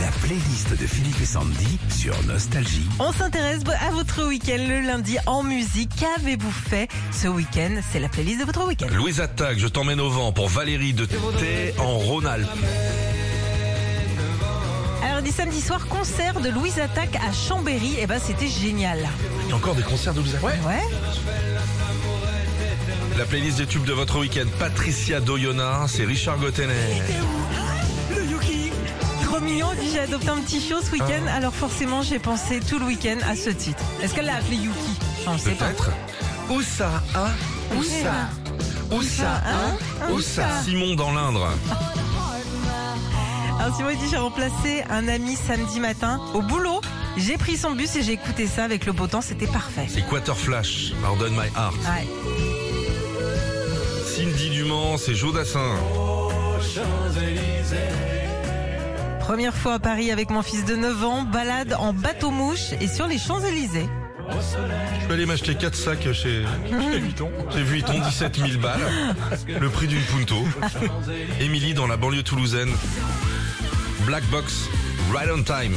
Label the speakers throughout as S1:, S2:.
S1: La playlist de Philippe et Sandy sur Nostalgie.
S2: On s'intéresse à votre week-end le lundi en musique. Qu'avez-vous fait ce week-end C'est la playlist de votre week-end.
S3: Louise Attaque, je t'emmène au vent pour Valérie de T en Rhône-Alpes.
S2: Alors, dit samedi soir, concert de Louise Attaque à Chambéry. Et ben, c'était génial.
S3: Il y a encore des concerts de Louise Attaque
S2: Ouais.
S3: La playlist des tubes de votre week-end, Patricia Doyona, c'est Richard Gottenet.
S2: Trop mignon. Dit, J'ai adopté un petit show ce week-end.
S3: Ah.
S2: Alors, forcément, j'ai pensé tout le week-end à ce titre. Est-ce qu'elle l'a appelé Yuki On sait pas.
S3: Peut-être Où ça, hein Où ça Où ça, hein Où ça Simon dans l'Indre.
S2: Alors, Simon il dit J'ai remplacé un ami samedi matin au boulot. J'ai pris son bus et j'ai écouté ça avec le beau temps. C'était parfait.
S3: C'est Flash, Pardon My Heart.
S2: Ouais.
S3: Cindy Dumont, c'est Joe Dassin.
S2: Première fois à Paris avec mon fils de 9 ans, balade en bateau-mouche et sur les Champs-Élysées.
S3: Je vais aller m'acheter 4 sacs chez, chez Vuitton. Chez Vuitton, 17 000 balles. Le prix d'une Punto. Émilie dans la banlieue toulousaine. Black Box, Right on Time.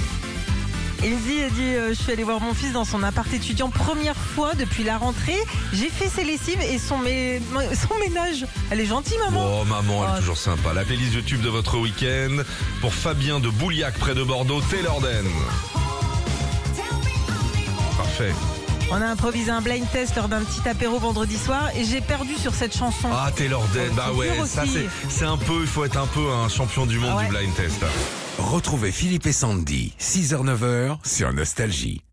S2: Il dit, il dit euh, je suis allée voir mon fils dans son appart étudiant première fois depuis la rentrée. J'ai fait ses lessives et son, mé- son ménage. Elle est gentille maman.
S3: Oh maman, elle
S2: Oh.
S3: est toujours sympa. La playlist YouTube de votre week-end. Pour Fabien de Bouliac près de Bordeaux, Taylor Den. Parfait.
S2: On a improvisé un blind test lors d'un petit apéro vendredi soir et j'ai perdu sur cette chanson.
S3: Ah Taylor Den,
S2: Oh,
S3: bah
S2: c'est
S3: ouais,
S2: dur
S3: ça
S2: aussi.
S3: c'est c'est un peu, il faut être un peu un champion du monde
S2: Ah ouais.
S3: du blind test.
S1: Retrouvez Philippe et Sandy, 6h-9h sur Nostalgie.